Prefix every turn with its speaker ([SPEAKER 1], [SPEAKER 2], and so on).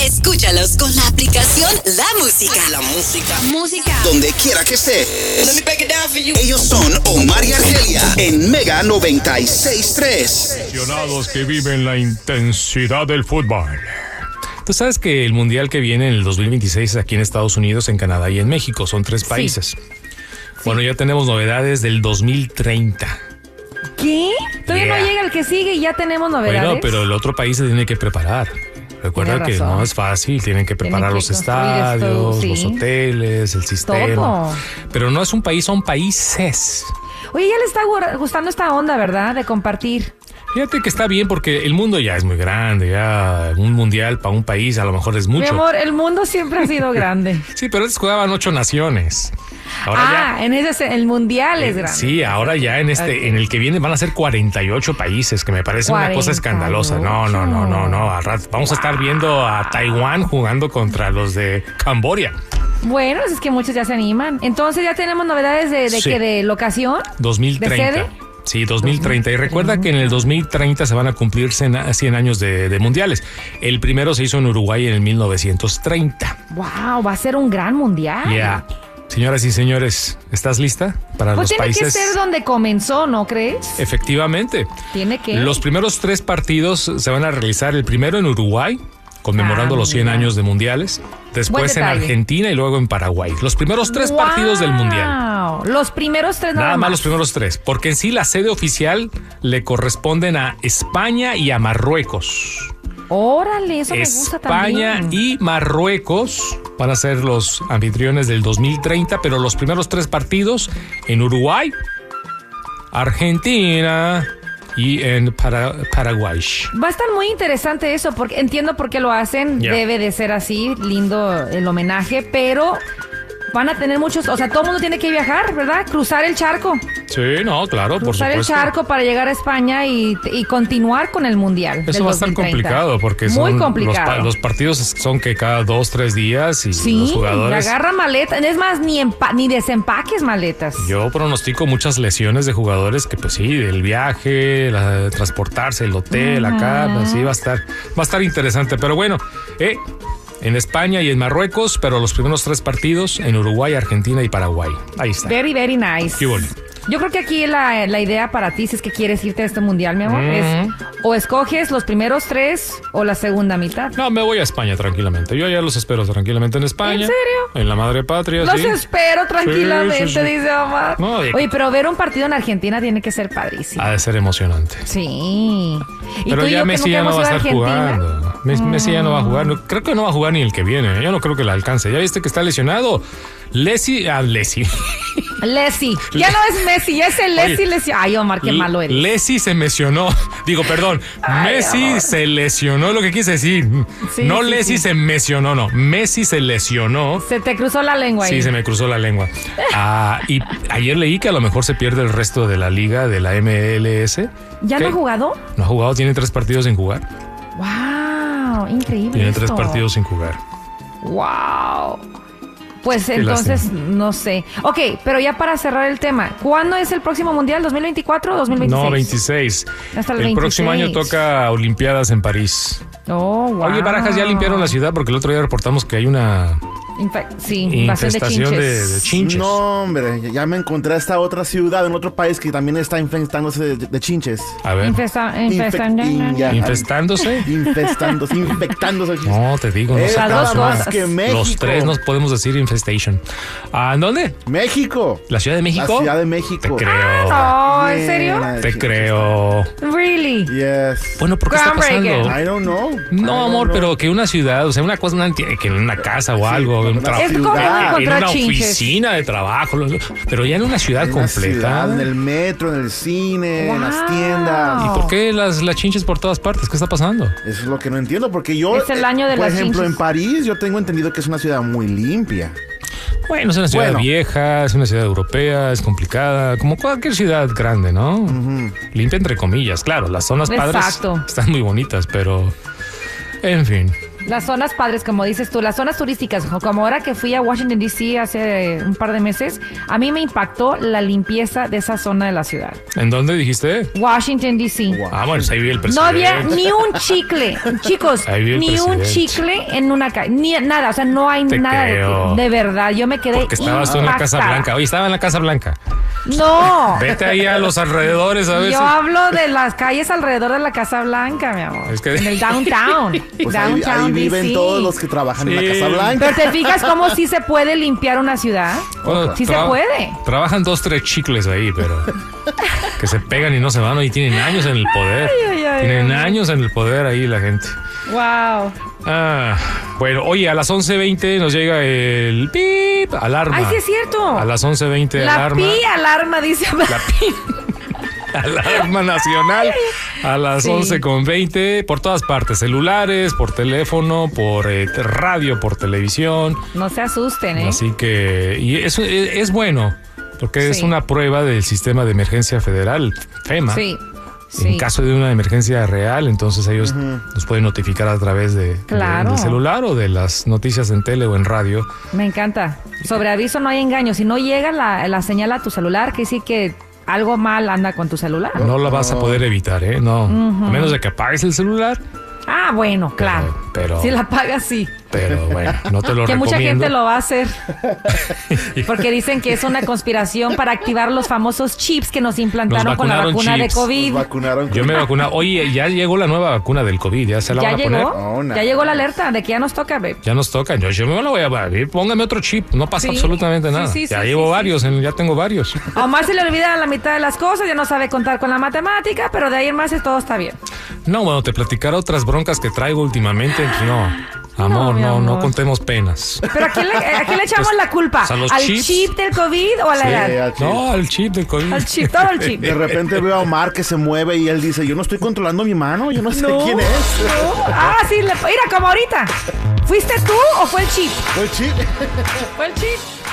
[SPEAKER 1] Escúchalos con la aplicación La Música.
[SPEAKER 2] La música.
[SPEAKER 1] Música.
[SPEAKER 2] Donde quiera que estés.
[SPEAKER 3] Let me break it down for you.
[SPEAKER 2] Ellos son Omar y Argelia en Mega 96.3.
[SPEAKER 4] aficionados que viven la intensidad del fútbol. Tú sabes que el mundial que viene en el 2026 es aquí en Estados Unidos, en Canadá y en México, son tres países. Bueno, ya tenemos novedades del 2030.
[SPEAKER 5] ¿Qué? Todavía
[SPEAKER 4] Yeah.
[SPEAKER 5] no llega el que sigue y ya tenemos novedades.
[SPEAKER 4] Bueno, pero el otro país se tiene que preparar. Recuerda
[SPEAKER 5] Tiene
[SPEAKER 4] que
[SPEAKER 5] razón.
[SPEAKER 4] no es fácil, tienen que preparar
[SPEAKER 5] que
[SPEAKER 4] los
[SPEAKER 5] construir esto,
[SPEAKER 4] estadios, los
[SPEAKER 5] sí.
[SPEAKER 4] hoteles, el sistema.
[SPEAKER 5] Todo.
[SPEAKER 4] Pero no es un país, son países.
[SPEAKER 5] Oye, ya le está gu- gustando esta onda, ¿verdad? De compartir.
[SPEAKER 4] Fíjate que está bien porque el mundo ya es muy grande, ya un mundial para un país a lo mejor es
[SPEAKER 5] Mi
[SPEAKER 4] mucho.
[SPEAKER 5] amor, el mundo siempre ha sido grande.
[SPEAKER 4] Sí, pero antes jugaban ocho naciones. Ahora
[SPEAKER 5] ah, en ese se- el mundial
[SPEAKER 4] ya.
[SPEAKER 5] es grande.
[SPEAKER 4] Sí, ahora ya en este, en el que viene van a ser 48 países, que me parece una cosa escandalosa. No, no, no, no, no. al rato Vamos a estar viendo a Taiwán jugando contra los de Camboya.
[SPEAKER 5] Bueno, es que muchos ya se animan. Entonces ya tenemos novedades de, de
[SPEAKER 4] Sí.
[SPEAKER 5] qué, de locación. ¿De
[SPEAKER 4] 2030.
[SPEAKER 5] sede?
[SPEAKER 4] Sí, 2030. Y recuerda que en el 2030 se van a cumplir 100 100 años de, de mundiales. El primero se hizo en Uruguay en el 1930.
[SPEAKER 5] Wow, va a ser un gran mundial.
[SPEAKER 4] Ya. Señoras y señores, ¿estás lista para los
[SPEAKER 5] Pues tiene que
[SPEAKER 4] países?
[SPEAKER 5] ser donde comenzó, ¿no crees?
[SPEAKER 4] Efectivamente.
[SPEAKER 5] Tiene que.
[SPEAKER 4] Los primeros tres partidos se van a realizar el primero en Uruguay, conmemorando
[SPEAKER 5] Ah,
[SPEAKER 4] los 100
[SPEAKER 5] mira.
[SPEAKER 4] años de mundiales, después en
[SPEAKER 5] detalle.
[SPEAKER 4] Argentina y luego en Paraguay. Los primeros tres
[SPEAKER 5] Wow.
[SPEAKER 4] partidos del mundial.
[SPEAKER 5] Los primeros tres nada,
[SPEAKER 4] Nada más los primeros tres, porque en sí la sede oficial le corresponden a España y a Marruecos.
[SPEAKER 5] Órale, eso me gusta también.
[SPEAKER 4] España y Marruecos van a ser los anfitriones del 2030, pero los primeros tres partidos en Uruguay, Argentina y en Para- Paraguay.
[SPEAKER 5] Va a estar muy interesante eso, porque entiendo por qué lo hacen,
[SPEAKER 4] Ya.
[SPEAKER 5] debe de ser así, lindo el homenaje, pero van a tener muchos, o sea, todo el mundo tiene que viajar, ¿verdad? Cruzar el charco,
[SPEAKER 4] Sí, no, claro, por
[SPEAKER 5] cruzar
[SPEAKER 4] supuesto.
[SPEAKER 5] el charco para llegar a España y, y continuar con el Mundial.
[SPEAKER 4] Eso
[SPEAKER 5] del
[SPEAKER 4] va a estar
[SPEAKER 5] 2030.
[SPEAKER 4] complicado porque son
[SPEAKER 5] Muy
[SPEAKER 4] los
[SPEAKER 5] complicado.
[SPEAKER 4] pa- Los, partidos son que cada dos, tres días y los
[SPEAKER 5] sí, le
[SPEAKER 4] jugadores.
[SPEAKER 5] agarra maletas, es más, ni, empa- ni desempaques maletas.
[SPEAKER 4] Yo pronostico muchas lesiones de jugadores que, pues sí, el viaje, la- transportarse, el hotel, acá, pues, sí, va a estar, va a estar interesante. Pero bueno, eh, en España y en Marruecos, pero los primeros tres partidos en Uruguay, Argentina y Paraguay. Ahí está.
[SPEAKER 5] Very, very nice.
[SPEAKER 4] Qué bueno.
[SPEAKER 5] Yo creo que aquí la, la idea para ti, si es que quieres irte a este mundial, mi amor,
[SPEAKER 4] Mm.
[SPEAKER 5] es o escoges los primeros tres o la segunda mitad.
[SPEAKER 4] No, me voy a España tranquilamente. Yo ya los espero tranquilamente en España.
[SPEAKER 5] ¿En serio?
[SPEAKER 4] En la madre patria.
[SPEAKER 5] Los
[SPEAKER 4] sí.
[SPEAKER 5] espero tranquilamente,
[SPEAKER 4] Sí, sí, sí.
[SPEAKER 5] dice mamá.
[SPEAKER 4] No, y-
[SPEAKER 5] Oye, pero ver un partido en Argentina tiene que ser padrísimo.
[SPEAKER 4] Ha de ser emocionante.
[SPEAKER 5] Sí. Este. Y
[SPEAKER 4] Pero
[SPEAKER 5] tú y
[SPEAKER 4] ya
[SPEAKER 5] yo
[SPEAKER 4] Messi
[SPEAKER 5] que
[SPEAKER 4] ya
[SPEAKER 5] nunca
[SPEAKER 4] no va
[SPEAKER 5] hemos
[SPEAKER 4] a
[SPEAKER 5] ido
[SPEAKER 4] estar
[SPEAKER 5] Argentina. Ah.
[SPEAKER 4] jugando. Mes- Messi ya no va a jugar. No- creo que no va a jugar ni el que viene. ¿eh? Yo no creo que le alcance. Ya viste que está lesionado. Lessi, ah, Lessi.
[SPEAKER 5] Lessi. Ya no es Messi, ya es el
[SPEAKER 4] Oye,
[SPEAKER 5] Lessi, Lessi. Ay, Omar, qué malo eres.
[SPEAKER 4] Lessi se lesionó. Digo, perdón. Messi se lesionó, lo que quise decir.
[SPEAKER 5] Sí,
[SPEAKER 4] no
[SPEAKER 5] sí,
[SPEAKER 4] Lessi
[SPEAKER 5] sí.
[SPEAKER 4] se mencionó, no. Messi se lesionó.
[SPEAKER 5] Se te cruzó la lengua ahí.
[SPEAKER 4] Sí, se me cruzó la lengua. Ah, y ayer leí que a lo mejor se pierde el resto de la liga de la MLS.
[SPEAKER 5] ¿Ya
[SPEAKER 4] ¿Qué?
[SPEAKER 5] no ha jugado?
[SPEAKER 4] No ha jugado, tiene tres partidos sin jugar.
[SPEAKER 5] ¡Wow! Increíble.
[SPEAKER 4] Tiene tres
[SPEAKER 5] esto.
[SPEAKER 4] partidos sin jugar.
[SPEAKER 5] Wow. Pues entonces,
[SPEAKER 4] lástima.
[SPEAKER 5] no sé. Ok, pero ya para cerrar el tema, ¿cuándo es el próximo mundial? ¿2024 o 2026?
[SPEAKER 4] No, 26.
[SPEAKER 5] Hasta
[SPEAKER 4] el
[SPEAKER 5] el
[SPEAKER 4] próximo año
[SPEAKER 5] 26.
[SPEAKER 4] toca Olimpiadas en París.
[SPEAKER 5] Oh, wow.
[SPEAKER 4] Oye, Barajas, ya limpiaron la ciudad porque el otro día reportamos que hay una
[SPEAKER 5] Infe- sí, invasión de
[SPEAKER 4] infestación de, de
[SPEAKER 5] chinches.
[SPEAKER 4] chinches.
[SPEAKER 6] No, hombre, ya- ya me encontré esta otra ciudad en otro país que también está infestándose de, de chinches.
[SPEAKER 4] A ver,
[SPEAKER 5] Infesta- infesta-
[SPEAKER 6] Infec- in- ya,
[SPEAKER 4] infestándose.
[SPEAKER 6] Infestándose, infectándose.
[SPEAKER 4] No, te digo, no
[SPEAKER 6] Eh,
[SPEAKER 4] se
[SPEAKER 5] las
[SPEAKER 4] acaba
[SPEAKER 5] dos
[SPEAKER 4] mal.
[SPEAKER 5] cosas.
[SPEAKER 6] que México.
[SPEAKER 4] Los tres nos podemos decir infestation. ¿A dónde?
[SPEAKER 6] México.
[SPEAKER 4] ¿La Ciudad de México?
[SPEAKER 6] La Ciudad de
[SPEAKER 4] Te
[SPEAKER 6] México.
[SPEAKER 4] creo.
[SPEAKER 5] Oh, ¿en serio?
[SPEAKER 6] Llena de
[SPEAKER 4] Te
[SPEAKER 6] chinches.
[SPEAKER 4] creo.
[SPEAKER 5] Really?
[SPEAKER 6] Yes.
[SPEAKER 4] Bueno, ¿por qué está pasando?
[SPEAKER 5] Groundbreaker.
[SPEAKER 6] I don't know. I
[SPEAKER 4] No,
[SPEAKER 6] don't
[SPEAKER 4] amor,
[SPEAKER 6] know.
[SPEAKER 4] pero que una ciudad, o sea, una cosa, una, que en una casa o algo, un
[SPEAKER 6] pero
[SPEAKER 4] trabajo.
[SPEAKER 5] Es como
[SPEAKER 6] ciudad.
[SPEAKER 4] en
[SPEAKER 5] encontrar
[SPEAKER 4] una
[SPEAKER 5] chinches.
[SPEAKER 4] oficina de trabajo, lo- lo- pero ya en una ciudad
[SPEAKER 6] En la
[SPEAKER 4] completa.
[SPEAKER 6] ciudad, en el metro, en el cine, en las
[SPEAKER 5] Wow.
[SPEAKER 6] tiendas.
[SPEAKER 5] ¿Y
[SPEAKER 4] ¿Por qué las, las chinches por todas partes? ¿Qué está pasando?
[SPEAKER 6] Eso es lo que no entiendo, porque yo, eh,
[SPEAKER 5] Es el año de
[SPEAKER 6] por
[SPEAKER 5] las
[SPEAKER 6] ejemplo,
[SPEAKER 5] chinches.
[SPEAKER 6] en París, yo tengo entendido que es una ciudad muy limpia.
[SPEAKER 4] Bueno, es una ciudad
[SPEAKER 6] Bueno.
[SPEAKER 4] vieja, es una ciudad europea, es complicada, como cualquier ciudad grande, ¿no? Limpia entre comillas, claro, las zonas padres
[SPEAKER 5] Exacto.
[SPEAKER 4] están muy bonitas, pero en fin.
[SPEAKER 5] Las zonas padres, como dices tú, las zonas turísticas, como ahora que fui a Washington, D.C. hace un par de meses, a mí me impactó la limpieza de esa zona de la ciudad.
[SPEAKER 4] ¿En dónde dijiste?
[SPEAKER 5] Washington, D.C.
[SPEAKER 4] Ah, bueno, ahí vive el
[SPEAKER 5] No
[SPEAKER 4] presidente.
[SPEAKER 5] había ni un chicle, chicos,
[SPEAKER 4] Ahí vive el
[SPEAKER 5] ni un
[SPEAKER 4] presidente.
[SPEAKER 5] chicle en una calle, ni nada, o sea, no hay
[SPEAKER 4] Te
[SPEAKER 5] nada de-
[SPEAKER 4] creo.
[SPEAKER 5] de, verdad. Yo me quedé
[SPEAKER 4] Porque estabas tú en la Casa
[SPEAKER 5] impactada.
[SPEAKER 4] Blanca. Oye, estaba en la Casa Blanca.
[SPEAKER 5] No,
[SPEAKER 4] Vete ahí a los alrededores a ver
[SPEAKER 5] yo
[SPEAKER 4] si-
[SPEAKER 5] hablo de las calles alrededor de la Casa Blanca, mi amor.
[SPEAKER 4] Es que-
[SPEAKER 5] En el downtown.
[SPEAKER 6] Pues ahí,
[SPEAKER 5] downtown DC.
[SPEAKER 6] ahí viven todos los que trabajan en
[SPEAKER 4] Sí.
[SPEAKER 6] la Casa Blanca.
[SPEAKER 5] Pero te fijas cómo sí se puede limpiar una ciudad.
[SPEAKER 4] Bueno,
[SPEAKER 5] sí se
[SPEAKER 4] traba-
[SPEAKER 5] puede.
[SPEAKER 4] Trabajan dos, tres chicles ahí, pero que se pegan y no se van. Y tienen años en el poder.
[SPEAKER 5] ay, ay,
[SPEAKER 4] tienen
[SPEAKER 5] ay.
[SPEAKER 4] años en el poder ahí la gente.
[SPEAKER 5] Wow.
[SPEAKER 4] Ah, bueno, oye, a las 11.20 nos llega el pip, alarma.
[SPEAKER 5] Ay, sí es cierto.
[SPEAKER 4] A las 11.20
[SPEAKER 5] La
[SPEAKER 4] alarma.
[SPEAKER 5] pi alarma dice.
[SPEAKER 4] Alarma nacional a las
[SPEAKER 5] Sí.
[SPEAKER 4] 11.20 por todas partes, celulares, por teléfono, por eh, radio, por televisión.
[SPEAKER 5] No se asusten, ¿eh?
[SPEAKER 4] Así que, y eso e, es, es bueno, porque es
[SPEAKER 5] Sí.
[SPEAKER 4] una prueba del sistema de emergencia federal, FEMA.
[SPEAKER 5] Sí.
[SPEAKER 4] En
[SPEAKER 5] sí.
[SPEAKER 4] caso de una emergencia real, entonces ellos nos pueden notificar a través de, de-
[SPEAKER 5] Claro.
[SPEAKER 4] del celular o de las noticias en tele o en radio.
[SPEAKER 5] Me encanta. Sobre aviso no hay engaño. Si no llega la, la señal a tu celular, que sí que algo mal anda con tu celular.
[SPEAKER 4] No la vas a poder evitar, ¿eh? No. A menos de que apagues el celular,
[SPEAKER 5] Ah, bueno, claro.
[SPEAKER 4] pero-
[SPEAKER 5] Si la pagas, sí.
[SPEAKER 4] pero bueno, no te lo
[SPEAKER 5] que
[SPEAKER 4] recomiendo.
[SPEAKER 5] mucha gente lo va a hacer. Porque dicen que es una conspiración para activar los famosos chips que nos implantaron
[SPEAKER 4] Nos
[SPEAKER 5] con la
[SPEAKER 4] vacunaron
[SPEAKER 5] vacuna
[SPEAKER 4] chips.
[SPEAKER 5] de
[SPEAKER 6] Nos
[SPEAKER 5] COVID.
[SPEAKER 6] vacunaron. con-
[SPEAKER 4] Yo me he vacunado. Oye, ya llegó la nueva vacuna del COVID, ya se la
[SPEAKER 5] Ya
[SPEAKER 4] van a
[SPEAKER 5] llegó.
[SPEAKER 4] poner.
[SPEAKER 6] No, nada.
[SPEAKER 5] ya llegó la alerta de que ya nos toca, babe.
[SPEAKER 4] Ya nos toca. Yo, yo me la voy a abrir. Póngame otro chip. No pasa
[SPEAKER 5] Sí.
[SPEAKER 4] absolutamente
[SPEAKER 5] Sí,
[SPEAKER 4] nada.
[SPEAKER 5] sí,
[SPEAKER 4] ya
[SPEAKER 5] sí,
[SPEAKER 4] llevo
[SPEAKER 5] sí,
[SPEAKER 4] varios, en- ya tengo varios.
[SPEAKER 5] A Omar se le olvida la mitad de las cosas, ya no sabe contar con la matemática, pero de ahí en más eh, todo está bien.
[SPEAKER 4] No, bueno, te platicaré otras broncas que traigo últimamente. pues, No, amor,
[SPEAKER 5] mi
[SPEAKER 4] no, no,
[SPEAKER 5] amor.
[SPEAKER 4] contemos penas.
[SPEAKER 5] Pero ¿a quién le, a quién le echamos
[SPEAKER 4] Pues,
[SPEAKER 5] la culpa?
[SPEAKER 4] pues a los
[SPEAKER 5] ¿Al
[SPEAKER 4] chips.
[SPEAKER 5] chip del COVID o a la
[SPEAKER 6] Sí,
[SPEAKER 5] edad?
[SPEAKER 6] al chip.
[SPEAKER 4] No, al chip del COVID.
[SPEAKER 5] Al chip, todo el chip.
[SPEAKER 6] De repente veo a Omar que se mueve y él dice, yo no estoy controlando mi mano, yo no sé
[SPEAKER 5] No,
[SPEAKER 6] quién es.
[SPEAKER 5] no. Ah,
[SPEAKER 6] Pues
[SPEAKER 5] sí, le- mira, como ahorita. ¿Fuiste tú o fue el chip?
[SPEAKER 6] Fue el chip.
[SPEAKER 5] Fue el chip.